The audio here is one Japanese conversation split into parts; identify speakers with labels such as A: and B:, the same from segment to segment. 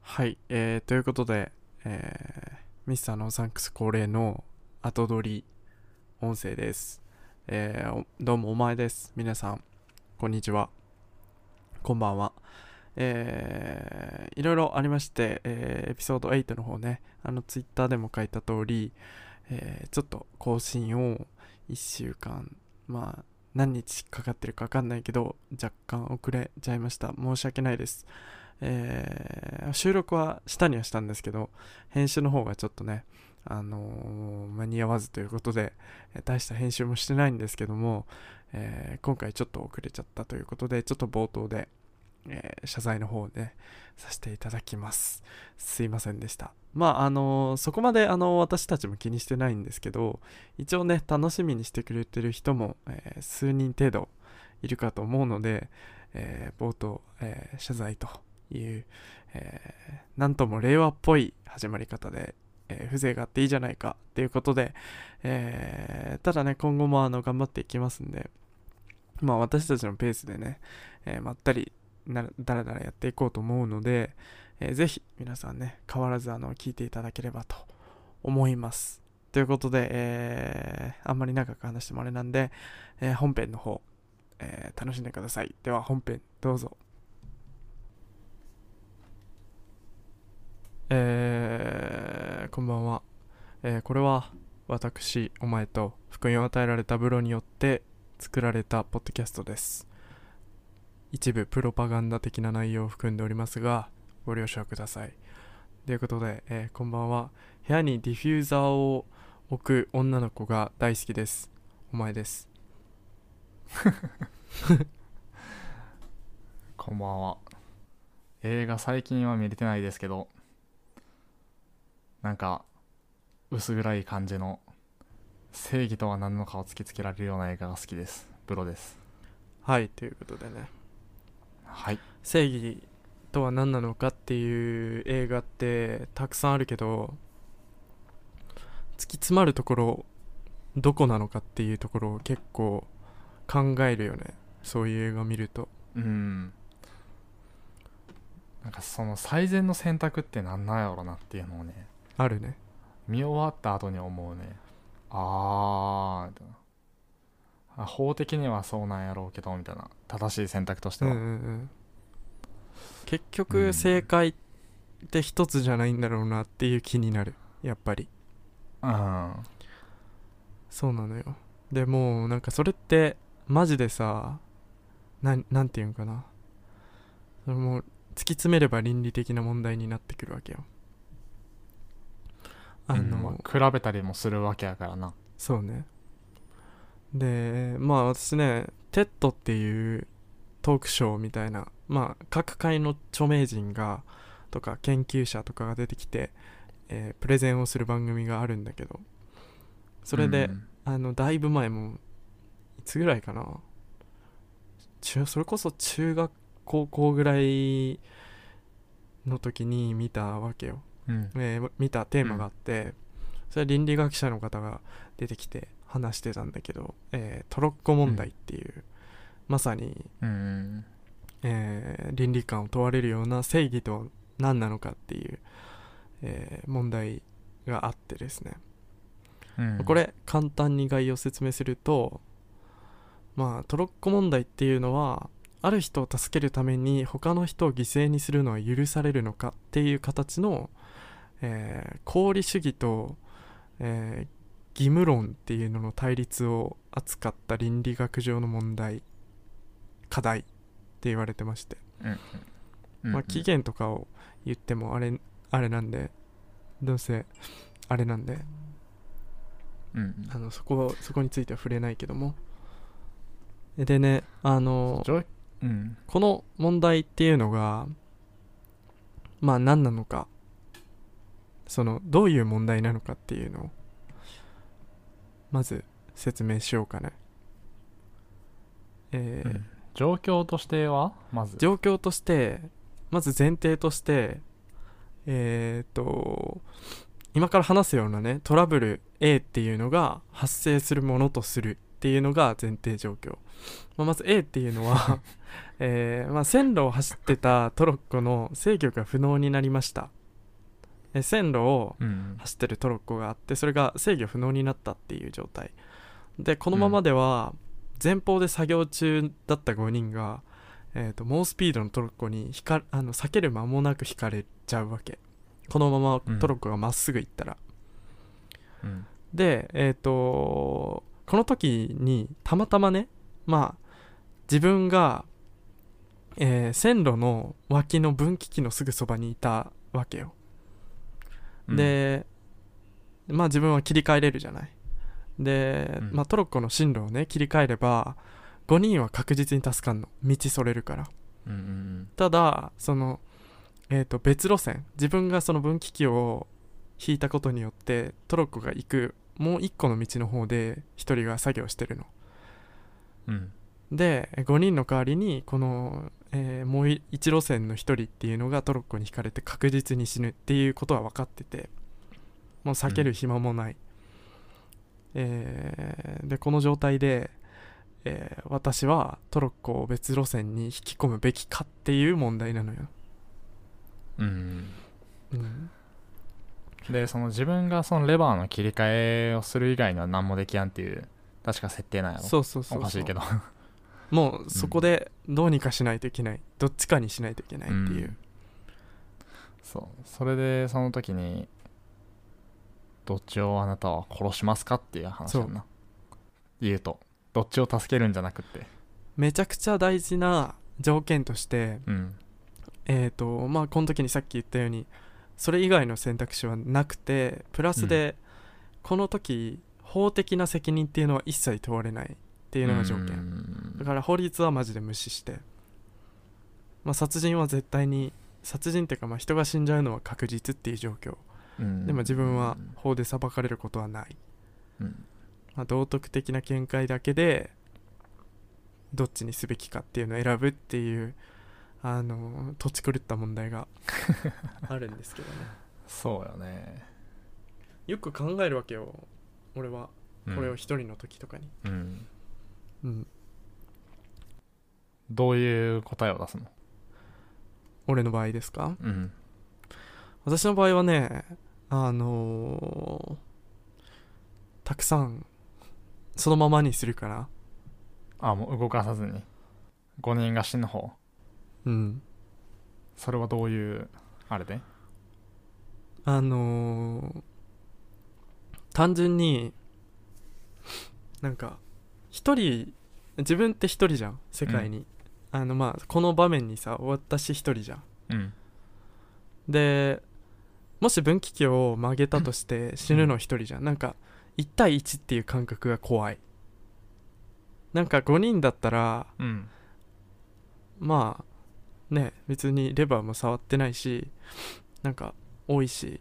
A: はい、えー、ということで、えー、ミスターノーサンクス恒例の後取り音声です。えーおどうもお前です。皆さん、こんにちは。こんばんは。えー、いろいろありまして、えーエピソード8の方ね、あの、ツイッターでも書いた通り、えーちょっと更新を1週間、まあ、何日かかってるかわかんないけど、若干遅れちゃいました。申し訳ないです。えー収録はしたにはしたんですけど編集の方がちょっとね、あのー間に合わずということでえー大した編集もしてないんですけども、えー今回ちょっと遅れちゃったということでちょっと冒頭で、えー謝罪の方で、させていただきますすいませんでしたまああのーそこまで、あのー私たちも気にしてないんですけど一応ね楽しみにしてくれてる人も、えー数人程度いるかと思うので、えー冒頭、えー謝罪という、えーなんとも令和っぽい始まり方で、えー風情があっていいじゃないかっていうことで、えーただね今後もあの頑張っていきますんでまあ私たちのペースでね、えーまったりなだらだらやっていこうと思うので、えーぜひ皆さんね変わらずあの聞いていただければと思いますということで、えーあんまり長く話してもあれなんで、えー本編の方、えー楽しんでくださいでは本編どうぞえーこんばんは、えーこれは私お前と福音を与えられたブロによって作られたポッドキャストです一部プロパガンダ的な内容を含んでおりますがご了承くださいということで、えーこんばんは部屋にディフューザーを置く女の子が大好きですお前です
B: こんばんは。映画最近は見れてないですけど、なんか、薄暗い感じの、正義とは何なのかを突きつけられるような映画が好きです。ブロです。
A: はいということでね
B: はい。
A: 正義とは何なのかっていう映画ってたくさんあるけど突き詰まるところどこなのかっていうところを結構考えるよねそういう映画見ると
B: うん。なんかその最善の選択って何なんやろなっていうのをね、
A: あるね
B: 見終わった後に思うね。あー、みたいな。あ法的にはそうなんやろうけど、みたいな。正しい選択として
A: うん
B: は。
A: うんうん結
B: う
A: 局
B: ん
A: 正解って一つじゃないんだろうなっていう気になるやっぱり
B: うん。
A: そうなのよでもうなんかそれってマジでさなんなんていうんかなそれもう突き詰めれば倫理的な問題になってくるわけよあの、
B: うんまあ比べたりもするわけやからな
A: そうねでまあ私ねテッドっていうトークショーみたいなまあ各界の著名人がとか研究者とかが出てきて、えープレゼンをする番組があるんだけどそれで、
B: うん
A: あのだいぶ前もいつぐらいかな中それこそ中学高校ぐらいの時に見たわけよ、
B: うん
A: えー見たテーマがあって、それは倫理学者の方が出てきて話してたんだけど、えートロッコ問題っていう、まさに、
B: うん
A: えー倫理観を問われるような正義とは何なのかっていう、えー問題があってですね
B: うん
A: これ簡単に概要を説明するとまあトロッコ問題っていうのはある人を助けるために他の人を犠牲にするのは許されるのかっていう形の、えー、功利主義と、えー義務論っていうのの対立を扱った倫理学上の問題課題って言われてまして
B: うん
A: まあ、期限とかを言ってもあれあれなんでどうせあれなんで
B: うん
A: あのそこそこについては触れないけどもでねあの
B: じょうん
A: この問題っていうのがまあ何なのかそのどういう問題なのかっていうのをまず説明しようかねえー
B: うん状況としてはまず
A: 状況としてまず前提としてえーっと今から話すようなねトラブル A っていうのが発生するものとするっていうのが前提状況、まあ、まず A っていうの は、えーまあ、線路を走ってたトロッコの制御が不能になりましたえ線路を
B: うん
A: 走ってるトロッコがあってそれが制御不能になったっていう状態でこのままでは前方で作業中だった5人が、えー、と猛スピードのトロッコにひかあの避ける間もなく引かれちゃうわけこのま
B: う
A: ま
B: ん
A: トロッコがまっすぐ行ったら、
B: うん
A: でえっ、とこの時にたまたまねまあ自分が、えー線路の脇の分岐器のすぐそばにいたわけよ
B: うん
A: でまあ自分は切り替えれるじゃないで、
B: うん
A: まあ、トロッコの進路をね切り替えれば5人は確実に助かんの道それるから
B: うんうん
A: ただそのえっ、と別路線自分がその分岐器を引いたことによってトロッコが行くもう1個の道の方で1人が作業してるの
B: うんうん
A: で5人の代わりにこの、えーもう1路線の1人っていうのがトロッコに引かれて確実に死ぬっていうことは分かっててもう避ける暇もない、えーでこの状態で、えー私はトロッコを別路線に引き込むべきかっていう問題なのよ、
B: うん
A: うん、
B: でその自分がそのレバーの切り替えをする以外には何もできやんっていう確か設定なんやろ
A: そうそうそうそう
B: おかしいけど、
A: もうそこでどうにかしないといけない、どっちかにしないといけないっていううん
B: そうそれでその時にどっちをあなたは殺しますかっていう話やんな言うとどっちを助けるんじゃなくって
A: めちゃくちゃ大事な条件として
B: うん
A: えーとまあこの時にさっき言ったようにそれ以外の選択肢はなくてプラスで、この時法的な責任っていうのは一切問われないっていうのが条件、だから法律はマジで無視して、まあ、殺人は絶対に殺人っていうかまあ人が死んじゃうのは確実っていう状況
B: うん
A: でも自分は法で裁かれることはない、
B: うん
A: まあ、道徳的な見解だけでどっちにすべきかっていうのを選ぶっていうあの土地狂った問題が あるんですけどね
B: そうよね
A: よく考えるわけよ俺は
B: うん
A: これを一人の時とかに、
B: うん
A: うん
B: どういう答えを出すの
A: 俺の場合ですか
B: うん
A: 私の場合はねあのーたくさんそのままにするから
B: あもう動かさずに5人が死ぬ方
A: うん
B: それはどういうあれで
A: あのー単純になんか一人自分って一人じゃん世界に、あのまあこの場面にさ私一人じゃん
B: うん
A: でもし分岐器を曲げたとして死ぬの一人じゃんなんか1対1っていう感覚が怖いなんか5人だったら
B: うん
A: まあね別にレバーも触ってないしなんか多いし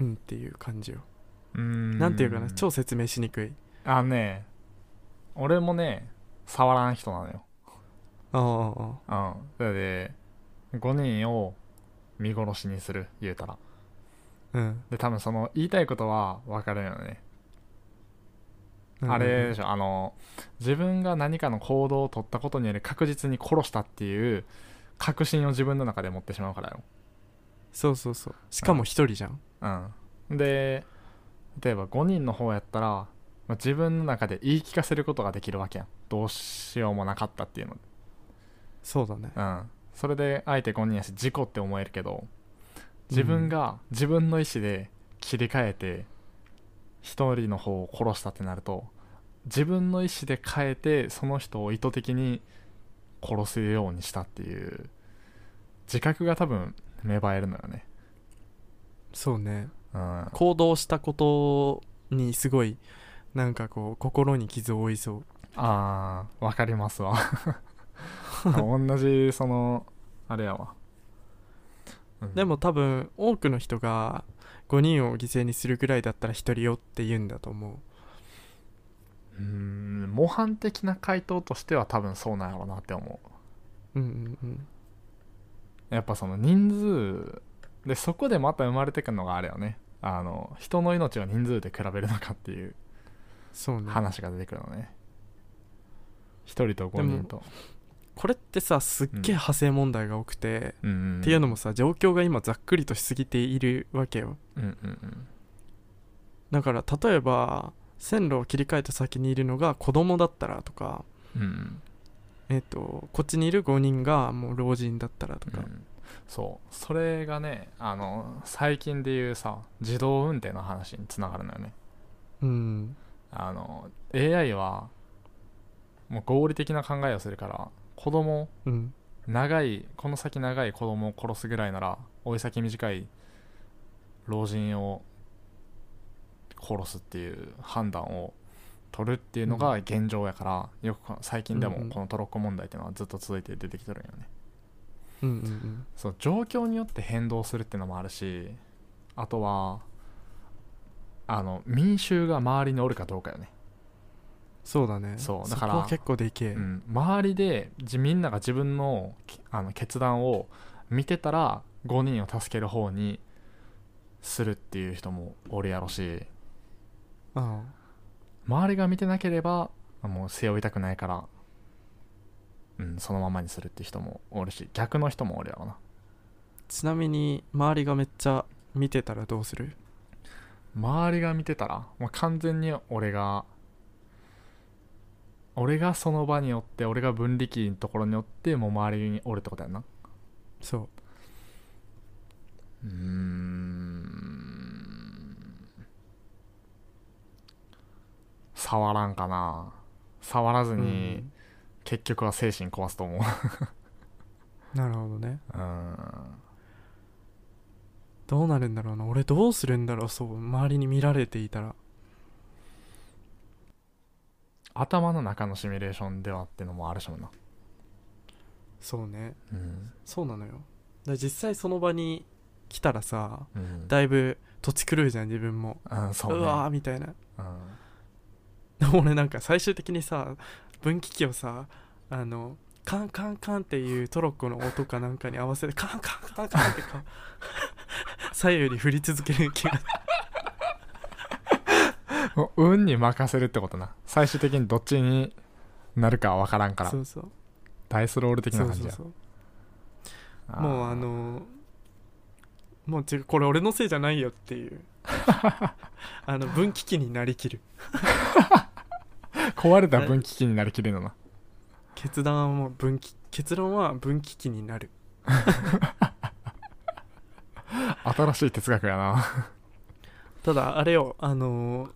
A: うんっていう感じよ
B: うん
A: なんていうかな超説明しにくい
B: あのね俺もね触らん人なのよ
A: ああ
B: うんそれで5人を見殺しにする言うたら
A: うん
B: で多分その言いたいことは分かるよね、
A: うん
B: あれでしょあの自分が何かの行動を取ったことにより確実に殺したっていう確信を自分の中で持ってしまうからよ
A: そうそうそうしかも一人じゃん
B: うんで例えば5人の方やったら、まあ自分の中で言い聞かせることができるわけやんどうしようもなかったっていうの
A: そうだね
B: うん、それであえて5人やし事故って思えるけど自分が自分の意思で切り替えて一人の方を殺したってなると自分の意思で変えてその人を意図的に殺すようにしたっていう自覚が多分芽生えるのよね、
A: そうね
B: うん、
A: 行動したことにすごいなんかこう心に傷を負いそう
B: あーわかりますわ同じそのあれやわ、うん
A: でも多分多くの人が5人を犠牲にするぐらいだったら1人よって言うんだと思
B: うーん模範的な回答としては多分そうなんやろうなって思
A: ううんうんうん
B: うやっぱその人数でそこでまた生まれてくるのがあれよねあの人の命を人数で比べるのかっていう
A: そうね
B: 話が出てくるのね一人と5人と、
A: これってさすっげえ派生問題が多くて、
B: うんうんうん、
A: っていうのもさ状況が今ざっくりとしすぎているわけよ
B: うんうん
A: だから例えば線路を切り替えた先にいるのが子供だったらとか
B: うんうんうん
A: えっ、とこっちにいる5人がもう老人だったらと
B: う
A: か、
B: んそうそれがねあの最近でいうさ自動運転の話につながるのよね
A: うん、
B: あの AI はもう合理的な考えをするから子供
A: うん、
B: 長いこの先長い子供を殺すぐらいなら追い先短い老人を殺すっていう判断を取るっていうのが現状やから、よくこの最近で
A: うんう
B: も
A: ん
B: このトロッコ問題っていうのはずっと続いて出てきてるんよね
A: うんうんうん
B: そう状況によって変動するっていうのもあるしあとはあの民衆が周りにおるかどうかよね、
A: そうだね
B: そうだから
A: そこは結構でけえ、
B: うん、周りでじみんなが自分のきあの決断を見てたら5人を助ける方にするっていう人もおるやろし
A: あ
B: 周りが見てなければもう背負いたくないから、うん、そのままにするっていう人もおるし逆の人もおるやろな
A: あちなみに周りがめっちゃ見てたらどうする
B: 周りが見てたらもう完全に俺が俺がその場によって俺が分離機のところによってもう周りにおるってことやんな
A: そう
B: ーん触らんかな触らず
A: う、
B: に結局は精神壊すと思う
A: うんなるほどね
B: うーん
A: どうなるんだろうな俺どうするんだろうそう周りに見られていたら
B: 頭の中のシミュレーションではってのもあるしもな
A: そうね
B: うん
A: そうなのよで実際その場に来たらさ
B: うん、
A: だいぶ土地狂うじゃん自分も
B: うん、
A: う,、
B: そうね
A: わーみたいな
B: うん
A: 俺なんか最終的にさ分岐器をさあのカンカンカンっていうトロッコの音かなんかに合わせてカンカンカンカンってか左右に振り続ける気が
B: もう運に任せるってことな最終的にどっちになるかは分からんから
A: そうそう
B: ダイスロール的
A: そ
B: な
A: う
B: 感じ
A: そう
B: や
A: そう
B: あー
A: もうあのもう違うこれ俺のせいじゃないよって いうあの分岐器になりきる
B: 壊れた分岐器になりきるのな
A: 決断はもう分岐結論は分岐器になる
B: 新しい哲学やな
A: ただあれよあのー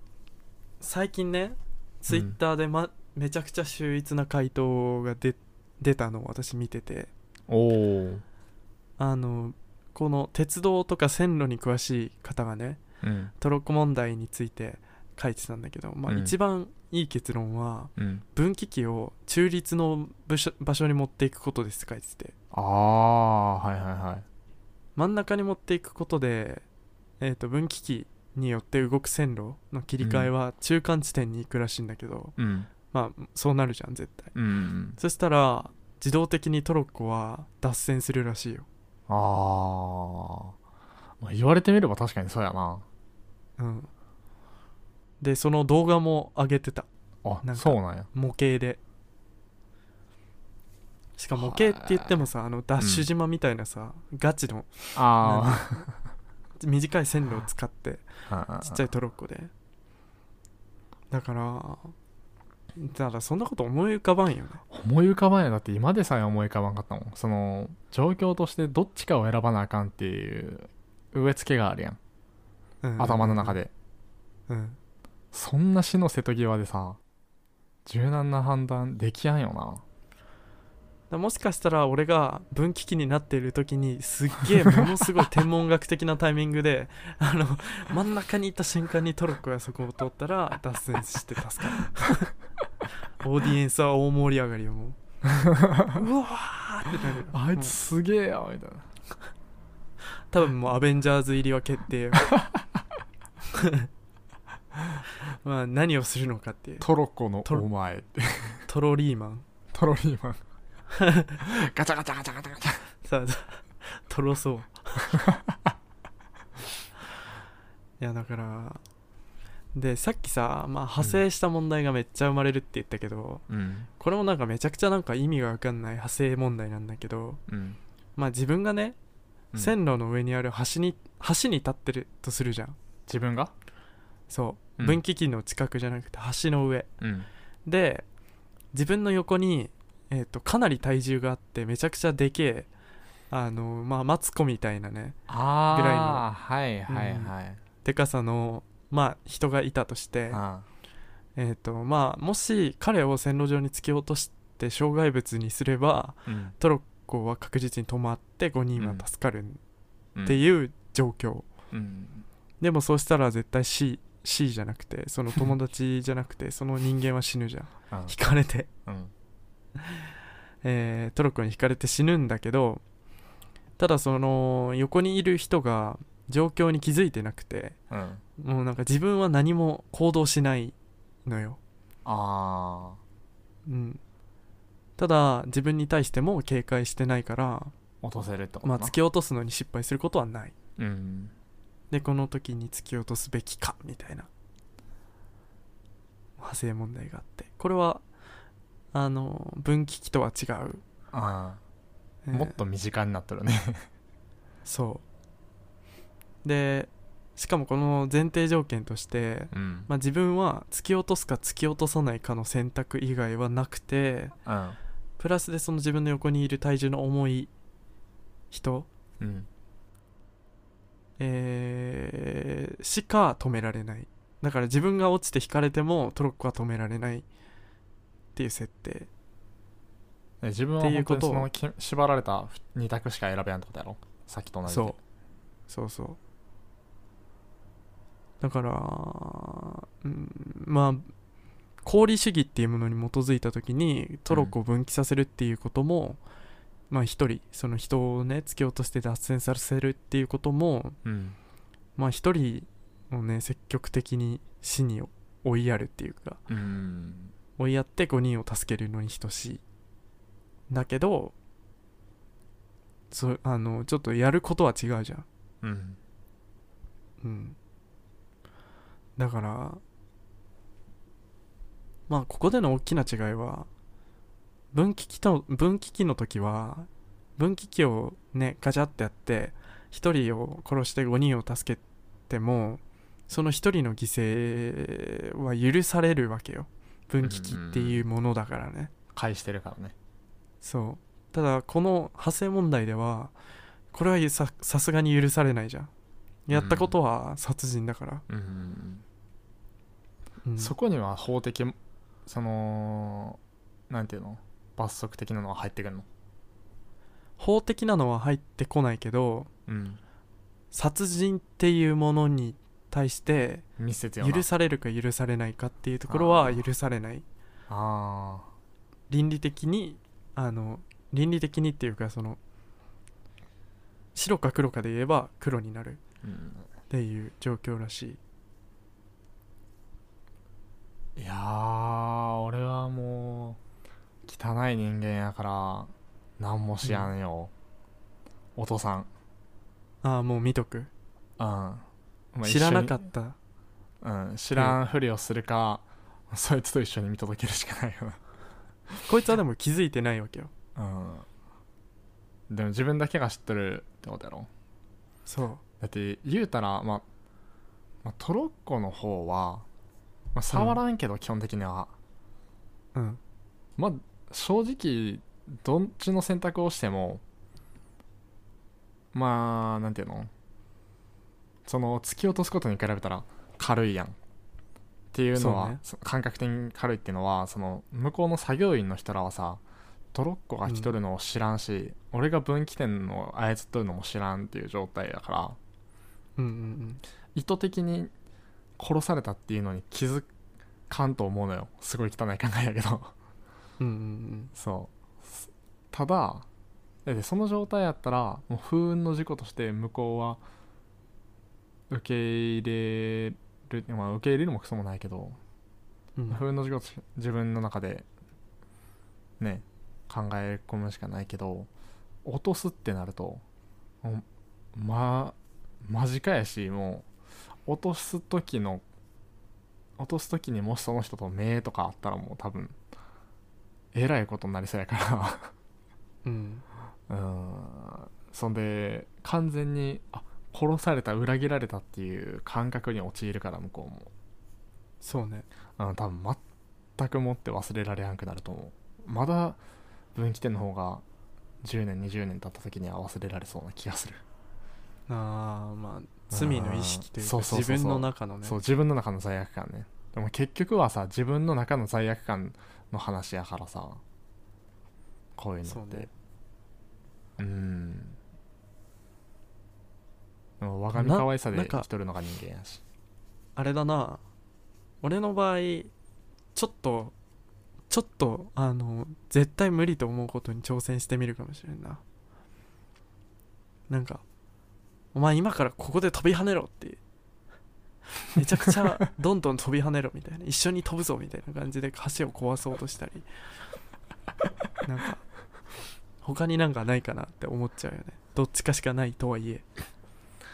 A: 最近ねツイッターで、まめちゃくちゃ秀逸な回答が出出たのを私見てて
B: おお
A: あのーこの鉄道とか線路に詳しい方がね
B: うん
A: トロッコ問題について書いてたんだけど、まあ、
B: うん
A: 一番いい結論は、
B: うん
A: 分岐器を中立の部署場所に持っていくことですって書いてて
B: ああはいはいはい
A: 真ん中に持っていくことで、えー、と分岐器によって動く線路の切り替えは中間地点に行くらしいんだけど、
B: うん
A: まあそうなるじゃん絶対
B: うんうん
A: そしたら自動的にトロッコは脱線するらしいよ
B: あー、まあ言われてみれば確かにそうやな
A: うんでその動画も上げてた
B: あ
A: なんか
B: そうなんや
A: 模型でしかも模型って言ってもさあのダッシュ島みたいなさ、ガチの
B: あ
A: 短い線路を使って
B: あ
A: ちっちゃいトロッコでだからただそんなこと思い浮かばんよね
B: 思い浮かばんやだって今でさえ思い浮かばんかったもんその状況としてどっちかを選ばなあかんっていう植え付けがあるやん、
A: うん
B: 頭の中で
A: うん
B: そんな死の瀬戸際でさ柔軟な判断できやんよな
A: だもしかしたら俺が分岐器になっている時にすっげえものすごい天文学的なタイミングで あの真ん中に行った瞬間にトロッコがそこを通った ら脱線して助かるオーディエンスは大盛り上がりよもううわーってなるよ
B: あい
A: も
B: つ
A: う
B: すげえやみたいな
A: 多分もうアベンジャーズ入りは決定よ まあ何をするのかっていう
B: トロッコの
A: トロ
B: お前って
A: トロリーマン
B: トロリーマ ンガチャガチャガチャガチャガチャ
A: さあトロそういやだからでさっきさ、まあ、派生した問題がめっちゃ生まれるって言ったけど、
B: うん
A: これもなんかめちゃくちゃなんか意味がわかんない派生問題なんだけど
B: うん
A: まあ自分がね、
B: うん
A: 線路の上にある橋に橋に立ってるとするじゃん
B: 自分が
A: そうう、
B: ん
A: 分岐器の近くじゃなくて橋の上
B: うん
A: で自分の横に、えー、とかなり体重があってめちゃくちゃでけえあのまあマツコみたいなねぐらいの
B: ああはいはいはい、
A: でかさのまあ人がいたとして
B: あ
A: えっ、とまあもし彼を線路上に突き落として障害物にすれば
B: ーうん
A: トロッコは確実に止まって5人は助かる
B: うん
A: っていう状況、
B: うん
A: でもそうしたら絶対 C, C じゃなくてその友達じゃなく てその人間は死ぬじゃん
B: あ
A: 引かれて、
B: うん
A: えートロッコに引かれて死ぬんだけどただその横にいる人が状況に気づいてなくて
B: うん
A: もうなんか自分は何も行動しないのよ、
B: あ
A: うん、ただ自分に対しても警戒してないから、
B: ー落とせるってこと
A: ま
B: な
A: あ、突き落とすのに失敗することはない
B: うん
A: でこの時に突き落とすべきかみたいな派生問題があってこれはあの分岐器とは違う、
B: あ
A: え
B: ー
A: ー
B: もっと身近になってるね
A: そうでしかもこの前提条件として、
B: うん
A: まあ、自分は突き落とすか突き落とさないかの選択以外はなくて
B: うん
A: プラスでその自分の横にいる体重の重い人、
B: うん
A: えーしか止められないだから自分が落ちて引かれてもトロッコは止められないっていう設定
B: で自分は
A: ってい
B: 本
A: うこ
B: 当に
A: とを
B: そのき縛られた2択しか選べやんってことやろさっきと同じで
A: そうそうそうだから、うん、まあ功利主義っていうものに基づいた時にトロッコを分岐させるっていうことも、まあ一人その人をね突き落として脱線させるっていうことも
B: うん
A: まあ一人をね積極的に死に追いやるっていうか
B: うん
A: 追いやって5人を助けるのに等しいだけどそあのちょっとやることは違うじゃん
B: うん
A: うんだからまあここでの大きな違いは分岐器と分岐器の時は分岐器をねガチャってやって1人を殺して5人を助けてもその1人の犠牲は許されるわけよ分岐器っていうものだからね、
B: 返してるからね
A: そうただこの派生問題ではこれはささすがに許されないじゃんやったことは殺人だから、
B: うん
A: うん
B: そこには法的そのなんていうの罰則的なのは入ってくるの
A: 法的なのは入ってこないけど
B: うん
A: 殺人っていうものに対して
B: 密接よな
A: 許されるか許されないかっていうところは許されない
B: あ
A: 倫理的にあの倫理的にっていうかその白か黒かで言えば黒になる
B: あうん
A: っていう状況らしい
B: いやー俺はもう汚い人間やから何も知らんよ、お父さん、うん
A: ああもう見とく、
B: まあ
A: 知らなか
B: っ
A: った
B: た、うん、知らんふりをするか、そいつと一緒に見届けるしかないよ
A: こいつはでも気づいてないわけよ
B: なうんでも自分だけが知ってるってことやろ
A: そう
B: だって言うたら、まあ、まあトロッコの方は、まあ、触らんけど、基本的には
A: うん
B: まあ正直どっちの選択をしてもまあなんていうのその突き落とすことに比べたら軽いやんっていうのは
A: そうね
B: そ感覚的に軽いっていうのはその向こうの作業員の人らはさトロッコが引き取るのを知らんし、俺が分岐点の操っとるのも知らんっていう状態だから
A: うんうん
B: 意図的に殺されたっていうのに気づかんと思うのよすごい汚い考えやけど
A: うんうんうん
B: そうすただだってその状態やったらもう風雲の事故として向こうは受け入れるまあ受け入れるもクソもないけど、
A: うんうん
B: 風雲の事故として自分の中でね考え込むしかないけど落とすってなるともうま間近やしもう落とす時の落とす時にもしその人と目とかあったらもう多分えらいことになりそうやから
A: うん
B: うーんそんで完全にあ殺された裏切られたっていう感覚に陥るから向こ
A: そうね
B: うも、うん、多分全くもって忘れられなくなると思うまだ分岐点の方が10年20年経った時には忘れられそうな気がする、
A: あーまあ罪の意識というか
B: そうそうそうそう
A: 自分の中のね
B: そう自分の中の罪悪感ねでも結局はさ自分の中の罪悪感の話やからさこういうのって
A: そうね
B: うんでも我が身可愛さで
A: ななんか
B: 生きとるのが人間やし
A: あれだな俺の場合ちょっとちょっとあの絶対無理と思うことに挑戦してみるかもしれんななんかお前今からここで飛び跳ねろってめちゃくちゃどんどん飛び跳ねろみたいな一緒に飛ぶぞみたいな感じで橋を壊そうとしたりなんか他になんかないかなって思っちゃうよねどっちかしかないとはいえだか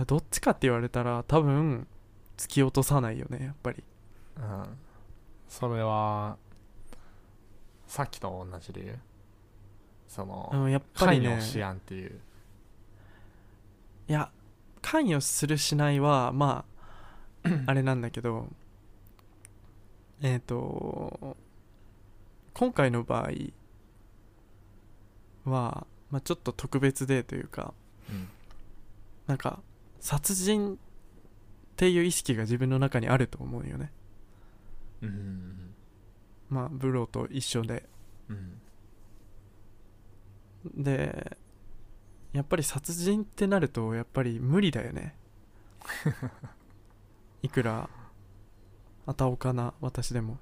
A: らどっちかって言われたら多分突き落とさないよねやっぱり
B: うんそれはさっきと同じ理由その、
A: うんやっぱり
B: 関
A: ね
B: 与しやんっていう
A: いや関与するしないはま ああれなんだけどえっ、と今回の場合は、まあ、ちょっと特別でというか
B: うん
A: なんか殺人っていう意識が自分の中にあると思うよね
B: うん
A: まあブローと一緒で
B: うん
A: でやっぱり殺人ってなるとやっぱり無理だよね いくらあたおかな私でも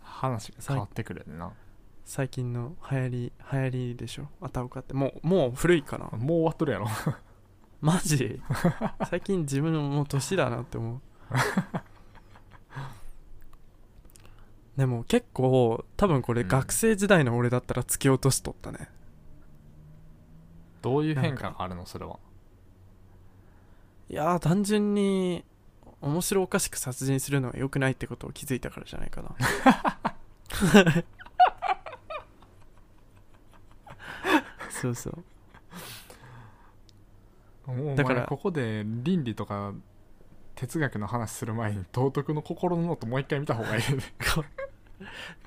B: 話が変わってくるよねな
A: 最近の流行り流行りでしょあたおかってもうもう古いかな
B: もう終わっとるやろ
A: マ ジ最近自分もう年だなって思うでも結構多分これ
B: うん
A: 学生時代の俺だったら突き落としとったね、
B: どういう変化があるのそれはい
A: やー単純に面白おかしく殺人するのは良くないってことを気づいたからじゃないかなそうそう
B: も
A: だ
B: うだ
A: か
B: かららここで倫理とか哲学の話する前に道徳の心のノートもう一回見た方がいいよね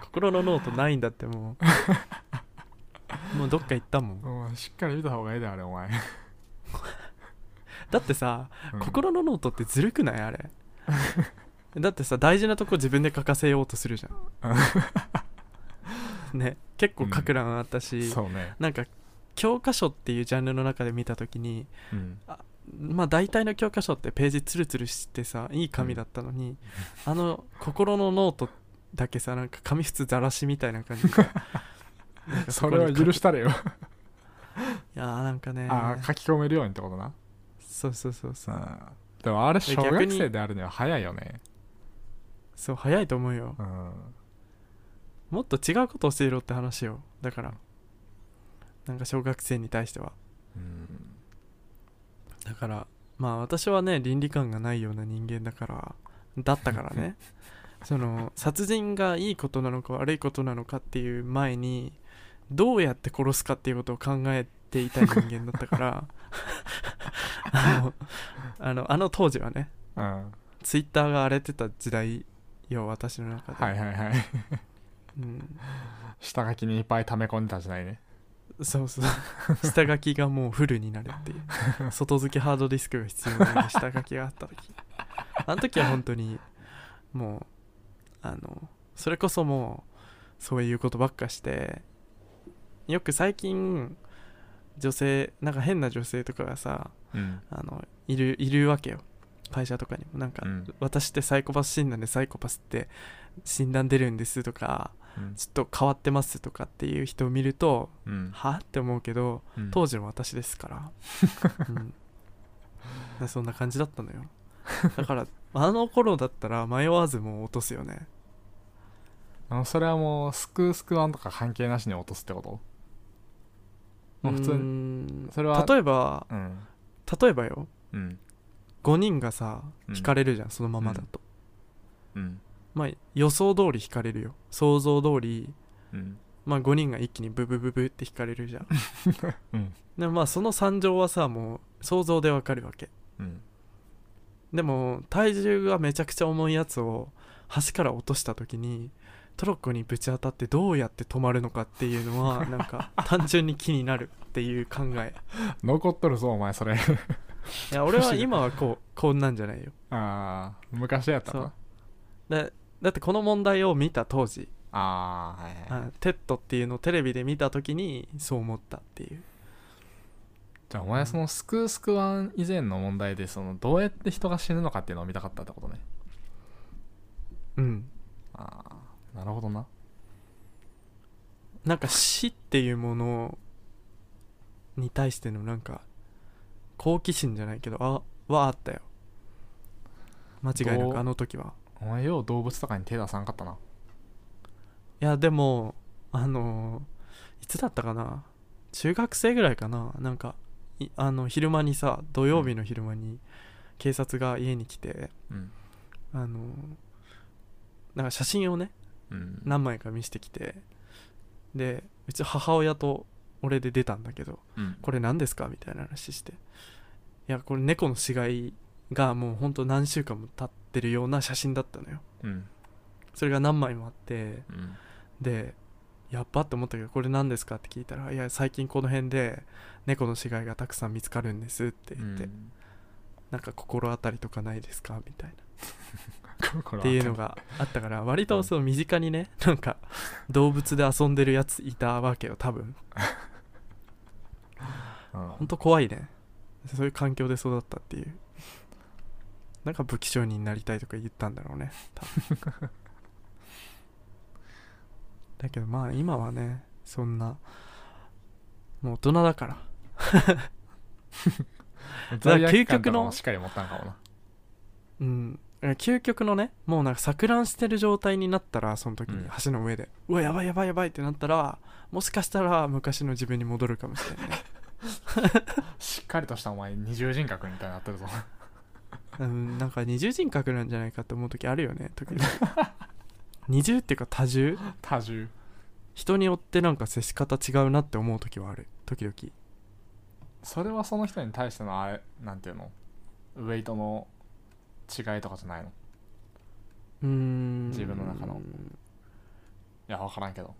A: 心のノートないんだってもうもうどっか行ったもん
B: うんしっかり見た方がいいだよあれお前、
A: だってさ、
B: うん
A: 心のノートってずるくないあれだってさ大事なとこ自分で書かせようとするじゃんね結構書く欄あったし、
B: そうね
A: なんか教科書っていうジャンルの中で見た時に、
B: うん
A: まあ大体の教科書ってページツルツルしてさいい紙だったのに、あの心のノートだけさなんか紙普通ざらしみたいな感じでなんか
B: そ
A: こ
B: れ
A: に
B: は許したれよ
A: いやーなんかね
B: ああ書き込めるようにってことな
A: そうそうそうそう
B: うんでもあれ小学生であるには早いよね
A: そう早いと思うよ
B: うん
A: もっと違うこと教えろって話よだからなんか小学生に対しては
B: うん
A: だからまあ私はね倫理観がないような人間だからだったから ねその殺人がいいことなのか悪いことなのかっていう前にどうやって殺すかっていうことを考えていた人間だったから あのあのあの当時はね
B: うん
A: ツイッターが荒れてた時代よ私の中で、
B: はいはいはい
A: うん、
B: 下書きにいっぱい溜め込んでた時代ね
A: そうそう下書きがもうフルになるっていう外付けハードディスクが必要なのに下書きがあった時 あの時は本当にもうあのそれこそもうそういうことばっかしてよく最近女性なんか変な女性とかがさ
B: うん
A: あのいるいるわけよ会社とかにもなんか、
B: うん
A: 私ってサイコパス診断でサイコパスって診断出るんですとか
B: うん
A: ちょっと変わってますとかっていう人を見ると
B: うん
A: はって思うけど
B: うん
A: 当時の私です から、うん、だそんな感じだったのよだから あの頃だったら迷わずもう落とすよね
B: あのそれはもうすくすくワンとか関係なしに落とすってこともう普通
A: うー
B: に
A: ん
B: それは
A: 例えば
B: うん
A: 例えばよ
B: うん
A: 5人がさ
B: うん
A: 惹かれるじゃん、そのままだと、
B: うん
A: まあ予想通り惹かれるよ想像通り
B: うん
A: まあ5人が一気にブブブブって惹かれるじゃ ん
B: うん
A: でもまあその惨状はさもう想像でわかるわけ
B: うん
A: でも体重がめちゃくちゃ重いやつを橋から落とした時にトロッコにぶち当たってどうやって止まるのかっていうのはなんか単純に気になるっていう考え
B: 残っとるぞお前それ
A: いや俺は今はこうこんなんじゃないよ
B: ああ昔やった
A: そう
B: な
A: だだってこの問題を見た当時
B: ああはいはい
A: あテッドっていうのをテレビで見た時にそう思ったっていう
B: じゃあお前そのすくすくワン以前の問題でそのどうやって人が死ぬのかっていうのを見たかったってことね
A: うん
B: ああなるほどな
A: なんか死っていうものに対してのなんか好奇心じゃないけどあはあったよ間違いな
B: どう
A: くあの時は
B: お前よう動物とかに手出さんかったない
A: やでもあのーいつだったかな中学生ぐらいかななんかいあの昼間にさ土曜日の昼間に警察が家に来て
B: うん
A: あのーなんか写真をね
B: うん
A: 何枚か見せてきてでうち母親と俺で出たんだけど
B: うん
A: これ何ですかみたいな話していやこれ猫の死骸がもうほんと何週間も経ってるような写真だったのよ
B: うん
A: それが何枚もあって
B: うん
A: でやっぱって思ったけどこれ何ですかって聞いたら「いや最近この辺で猫の死骸がたくさん見つかるんです」って言って、
B: うん
A: なんか心当たりとかないですかみたいな
B: これは
A: っていうのがあったから割とその身近にねなんか動物で遊んでるやついたわけよ多分
B: うん
A: ほんと怖いねそういう環境で育ったっていうなんか武器商人になりたいとか言ったんだろうね多分だけどまあ今はねそんなもう大人だから
B: 罪悪
A: 究
B: 感
A: 極
B: とか
A: の
B: もしっかり持ったんかもな
A: うん究極のねもうなんか錯乱してる状態になったらその時に
B: うん
A: 橋の上で、うわやばいやばいやばいってなったらもしかしたら昔の自分に戻るかもしれない ね、
B: しっかりとしたお前二重人格みたいになってる ぞ
A: うん、なんか二重人格なんじゃないかって思う時あるよね時々 二重っていうか多重
B: 多重
A: 人によってなんか接し方違うなって思う時はある時々
B: それはその人に対してのあれなんていうのウェイトの違いとかじゃないの
A: うーん
B: 自分の中のいや分からんけど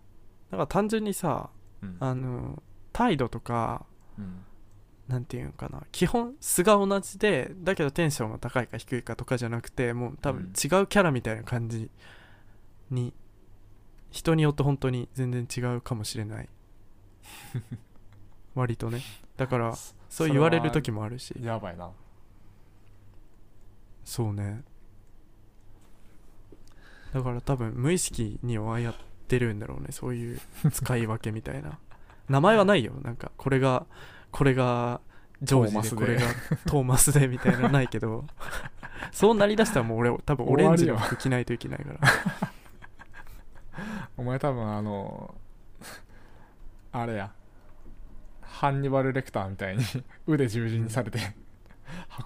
A: だから単純にさ
B: うん
A: あの態度とか
B: うん
A: なんていうのかな基本素が同じでだけどテンションが高いか低いかとかじゃなくてもう多
B: うん
A: 分違うキャラみたいな感じに人によって本当に全然違うかもしれない 割とねだから
B: そ
A: そう言われる時もあるし
B: やばいな
A: そうねだから多分無意識にはやってるんだろうねそういう使い分けみたい な名前はないよなんかこれがこれがジョージで
B: ト
A: こ
B: ーマスで
A: れがトーマスでみたいなのないけど そうなりだしたらもう俺多分オレンジの服着ないといけないから
B: お前多分あのあれやハンニバル・レクターみたいに 腕十字にされて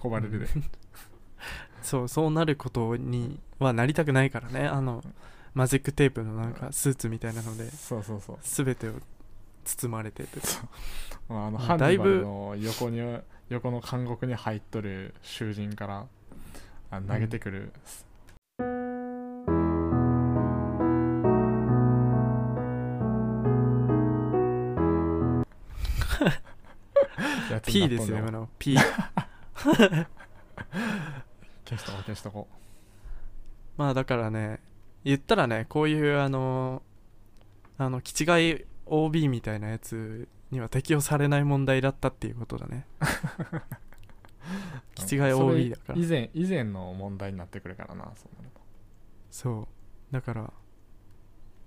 B: 運ばれるで
A: そうそうなることにはなりたくないからねあのマジックテープのなんかスーツみたいなので
B: そうそうそう
A: 全てを包まれてて
B: まああの
A: うん
B: ハンニバ
A: だいぶ
B: ルの横に横の監獄に入っとる囚人からあ投げて くる、やつに
A: P
B: なっ
A: で
B: とん
A: すよ
B: ね
A: 今の P
B: 消しとこう消しとこ
A: まあだからね言ったらねこういうあのあの気違い OB みたいなやつには適用されない問題だったっていうことだね
B: う
A: 気違
B: うん
A: い
B: それ
A: OB だから
B: 以前以前の問題になってくるからなそうなると
A: そうだから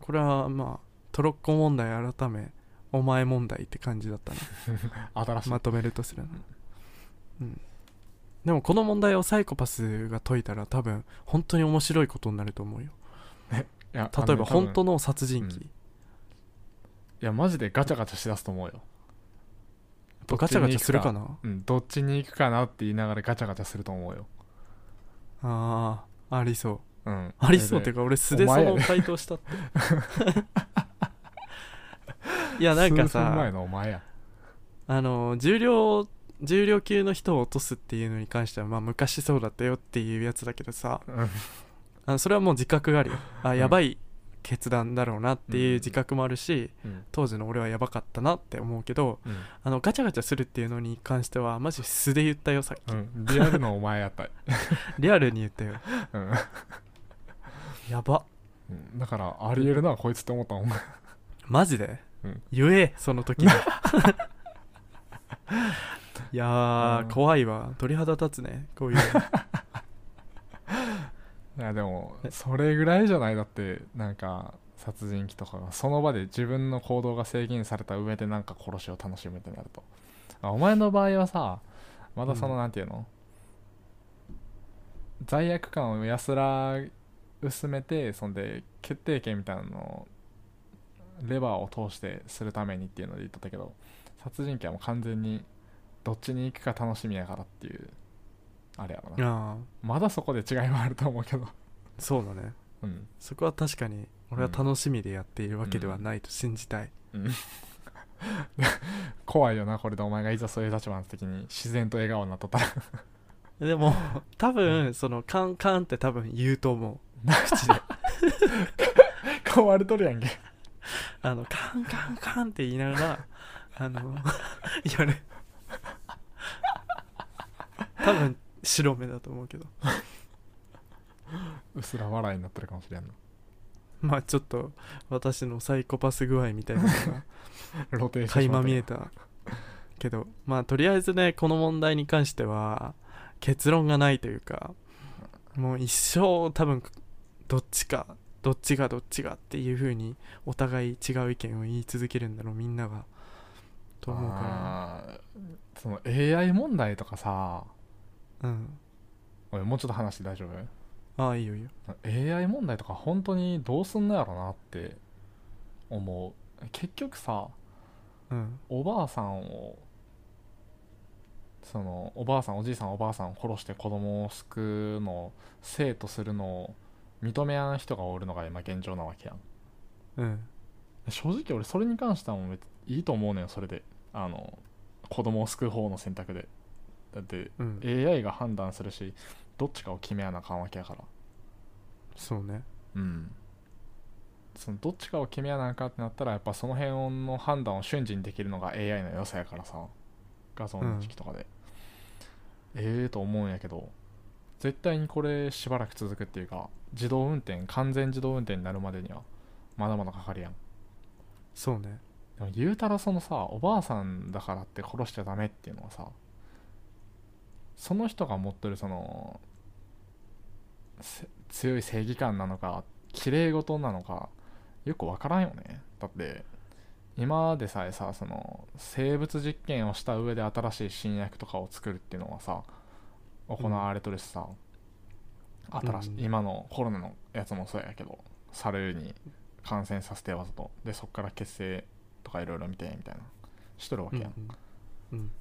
A: これはまあトロッコ問題改めお前問題って感じだったね
B: 新しい、
A: まとめるとするなうんでもこの問題をサイコパスが解いたら多分本当に面白いことになると思うよ
B: いや
A: 例えば本当
B: の
A: の殺人鬼、
B: いやマジでガチャガチャしだすと思うよ
A: ぱガチャガチャするかな
B: うん、どっちに行くかなって言いながらガチャガチャすると思うよ。
A: ああありそう
B: うん。
A: ありそうって
B: で
A: いうか俺素でその回答したって いやなんか
B: 数分前
A: さ
B: のお前や。
A: あの重量重量級の人を落とすっていうのに関してはまあ昔そうだったよっていうやつだけどさ
B: うん
A: あのそれはもう自覚があるよあ
B: ん
A: やばい決断だろうなっていう自覚もあるし
B: うん。
A: 当時の俺はやばかったなって思うけどあのガチャガチャするっていうのに関してはマジ素で言ったよさっき
B: うん。リアルのお前やった。
A: リアルに言ったよ
B: うん。
A: やば
B: うんだから、ありえるな、こいつって思ったもん。
A: マジで、
B: うん
A: 言えその時 にいやー、
B: うん
A: 怖いわ鳥肌立つねこうい うの
B: いやでも
A: え
B: それぐらいじゃないだってなんか殺人鬼とかがその場で自分の行動が制限された上でなんか殺しを楽しむってなるとあお前の場合はさまだその、
A: うん
B: なんていうの罪悪感を安ら薄めてそんで決定権みたいなのをレバーを通してするためにっていうので言っとったけど殺人鬼はもう完全にどっちに行くか楽しみやからっていうあれやろな
A: あ
B: まだそこで違いはあると思うけど
A: ーそうだね
B: うん
A: そこは確かに俺は楽しみでやっているわけではないと信じたい、
B: 怖いよなこれでお前がいざそういう立場の時に自然と笑顔になっとったら
A: でも 多分そのカンカンって多分言うと思う口で
B: 変われとるやんけ
A: あのカンカンカンって言いながらあの やる多分白目だと思うけど
B: うすら笑いになってるかもしれんの
A: まあちょっと私のサイコパス具合みたいなのが
B: 露呈して
A: 垣
B: しま
A: 間
B: った
A: 見えたけどまあとりあえずねこの問題に関しては結論がないというかもう一生多分どっちかどっちがどっちがっていう風にお互い違う意見を言い続けるんだろうみんながと思うか
B: あーその AI 問題とかさ
A: らうん
B: おいもうちょっと話して大丈夫
A: ああいいよいいよ
B: AI 問題とか本当にどうすんのやろなって思う結局さ
A: うん
B: おばあさんをそのおばあさんおじいさんおばあさんを殺して子供を救うのを生とするのを認めやん人がおるのが今現状なわけやん
A: うん
B: 正直俺それに関してはもう別いいと思うのよそれであの子供を救う方の選択でだって
A: うん
B: AI が判断するしどっちかを決めやなあかんわけやから
A: そうね
B: うんそのどっちかを決めやなあかんってなったらやっぱその辺の判断を瞬時にできるのが AI の良さやからさ画像認識とかで、ええと思うんやけど絶対にこれしばらく続くっていうか自動運転完全自動運転になるまでにはまだまだかかるやん
A: そうね
B: でも言うたらそのさおばあさんだからって殺しちゃダメっていうのはさその人が持ってるそのせ強い正義感なのか綺麗事なのかよくわからんよねだって今でさえさその生物実験をした上で新しい新薬とかを作るっていうのはさ行われとるしさ、新し
A: うん
B: 今のコロナのやつもそうやけどサルに感染させてわざとでそっから血清とかいろいろ見てみたいなしとるわ
A: う
B: け
A: ん
B: やん、
A: うんうん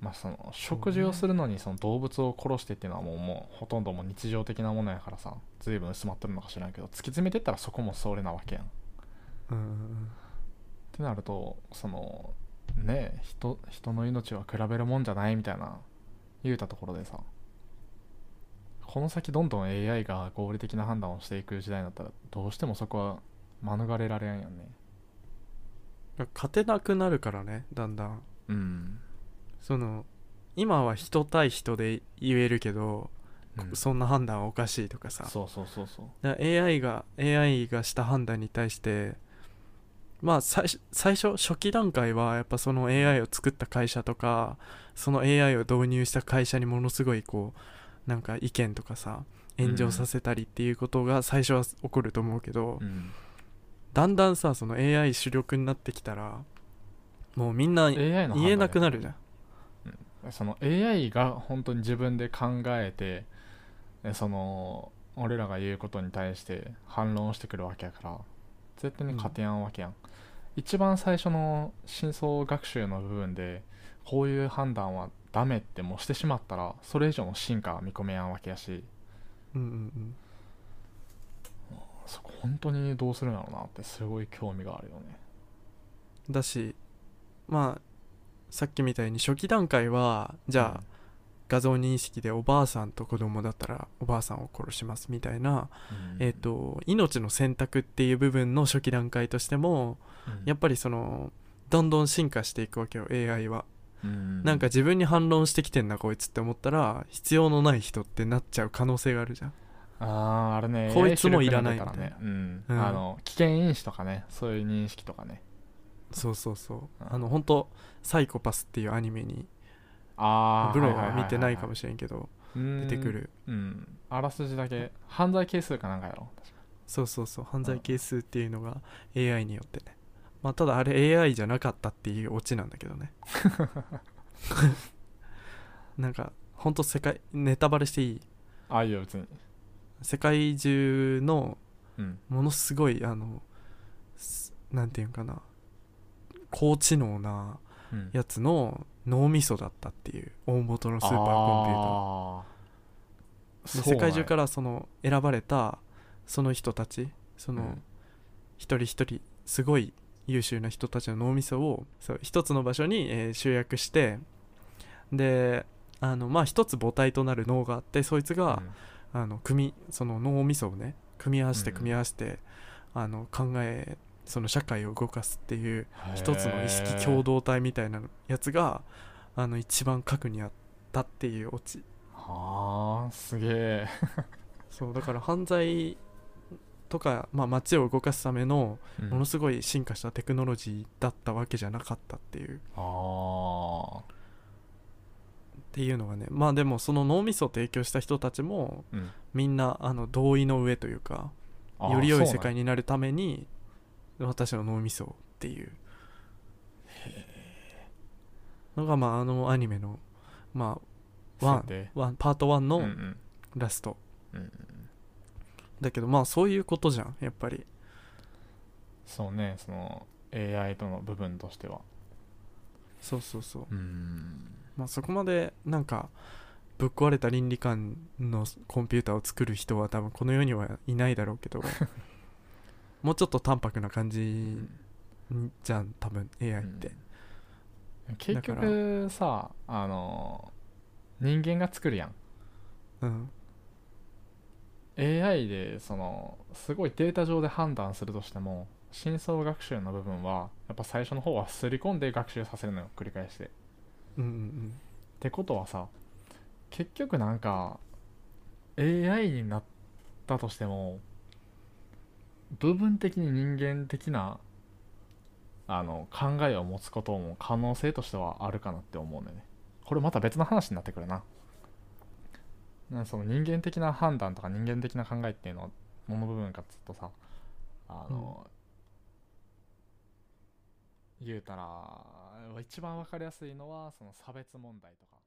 B: まあその食事をするのにその動物を殺してっていうのはもうもうほとんどもう日常的なものやからさ随分薄まってるのか知らんけど突き詰めてったらそこもそれなわけやんっ
A: うんうん
B: てなるとそのねえ人人の命は比べるもんじゃないみたいな言うたところでさこの先どんどん AI が合理的な判断をしていく時代になったらどうしてもそこは免れられんよね
A: うん勝てなくなるからねだんだん
B: うん、
A: その今は人対人で言えるけど、そんな判断はおかしいとかさ
B: そうそうそうそう
A: だから AI が AI がした判断に対してまあ最初最初初期段階はやっぱその AI を作った会社とかその AI を導入した会社にものすごいこうなんか意見とかさ炎上させたりっていうことが最初は起こると思うけど、
B: うん、
A: だんだんさその AI 主力になってきたらもうみんな
B: AI の
A: 言えなく
B: な
A: なるじゃん
B: その AI が本当に自分で考えてえその俺らが言うことに対して反論してくるわけやから絶対に勝てやんわけやん、一番最初の真相学習の部分でこういう判断はダメってもうしてしまったらそれ以上の進化は見込めやんわけやし
A: うんうん
B: そこ本当にどうするんだろうなってすごい興味があるよね
A: うんだしまあさっきみたいに初期段階はじゃあ、画像認識でおばあさんと子供だったらおばあさんを殺しますみたいな、
B: うん、
A: えっ、と命の選択っていう部分の初期段階としても
B: うん、
A: やっぱりそのどんどん進化していくわけよ AI は、
B: うん
A: なんか自分に反論してきてんなこいつって思ったら必要のない人ってなっちゃう可能性があるじゃん
B: あああれね
A: こいつもいらない
B: からね、うん
A: うん
B: あの危険因子とかねそういう認識とかね
A: そうそうそう
B: うん
A: あの本当サイコパスっていうアニメに
B: ああ
A: ブロは見てないかも
B: し
A: しれんけど
B: れな
A: 出てくる
B: うんあらすじだけ犯罪係数かなんかやろ
A: そうそうそう犯罪係数っていうのが AI によってねまあただあれ AI じゃなかったっていうオチなんだけどねなんかほんと世界ネタバレしていい
B: ああいいよ別に
A: 世界中の
B: うん
A: ものすごいあのすなんていうんかな高知能な
B: うん
A: やつの脳みそだったっていう大元のスーパーコンピューター
B: あー
A: で
B: そう
A: 世
B: なんや
A: 界中からその選ばれたその人たちその
B: うん
A: 一人一人すごい優秀な人たちの脳みそをそう一つの場所に、えー集約してであのまあ一つ母体となる脳があってそいつが、あの組みその脳みそをね組み合わせて
B: うん
A: 組み合わせて、あの考えその社会を動かすっていう
B: うん
A: 一つの意識共同体みたいなやつがあの一番核にあったっていうオチ
B: ああすげえ
A: そうだから犯罪とか、まあ、街を動かすためのものすごい進化したテクノロジーだったわけじゃなかったっていう
B: ああ
A: っていうのがねまあでもその脳みそを提供した人たちも
B: ーうん
A: みんなあの同意の上というか
B: あー
A: より良い
B: そ
A: 世
B: うなんや
A: 界になるために私の脳みそっていうのがまああのアニメのまあワン
B: 設定
A: ワンパート1
B: うんう
A: の
B: ん
A: ラスト、
B: うんうん
A: だけどまあそういうことじゃんやっぱり
B: そうねその AI との部分としては
A: そうそうそう
B: うん
A: まあ、そこまでなんかぶっ壊れた倫理観のコンピューターを作る人は多分この世にはいないだろうけ どもうちょっと淡白な感じじゃん多分 AI って、
B: うん結
A: だか
B: 局さあの人間が作るやん
A: うん
B: AI でそのすごいデータ上で判断するとしても深層学習の部分はやっぱ最初の方は刷り込んで学習させるのよ繰り返してっ
A: うんうん
B: てことはさ結局なんか AI になったとしても部分的に人間的なあの考えを持つことも可能性としてはあるかなって思うのよねこれまた別の話になってくるななその人間的な判断とか人間的な考えっていうのはどの部分かっつうとさあの、言うたら一番わかりやすいのはその差別問題とか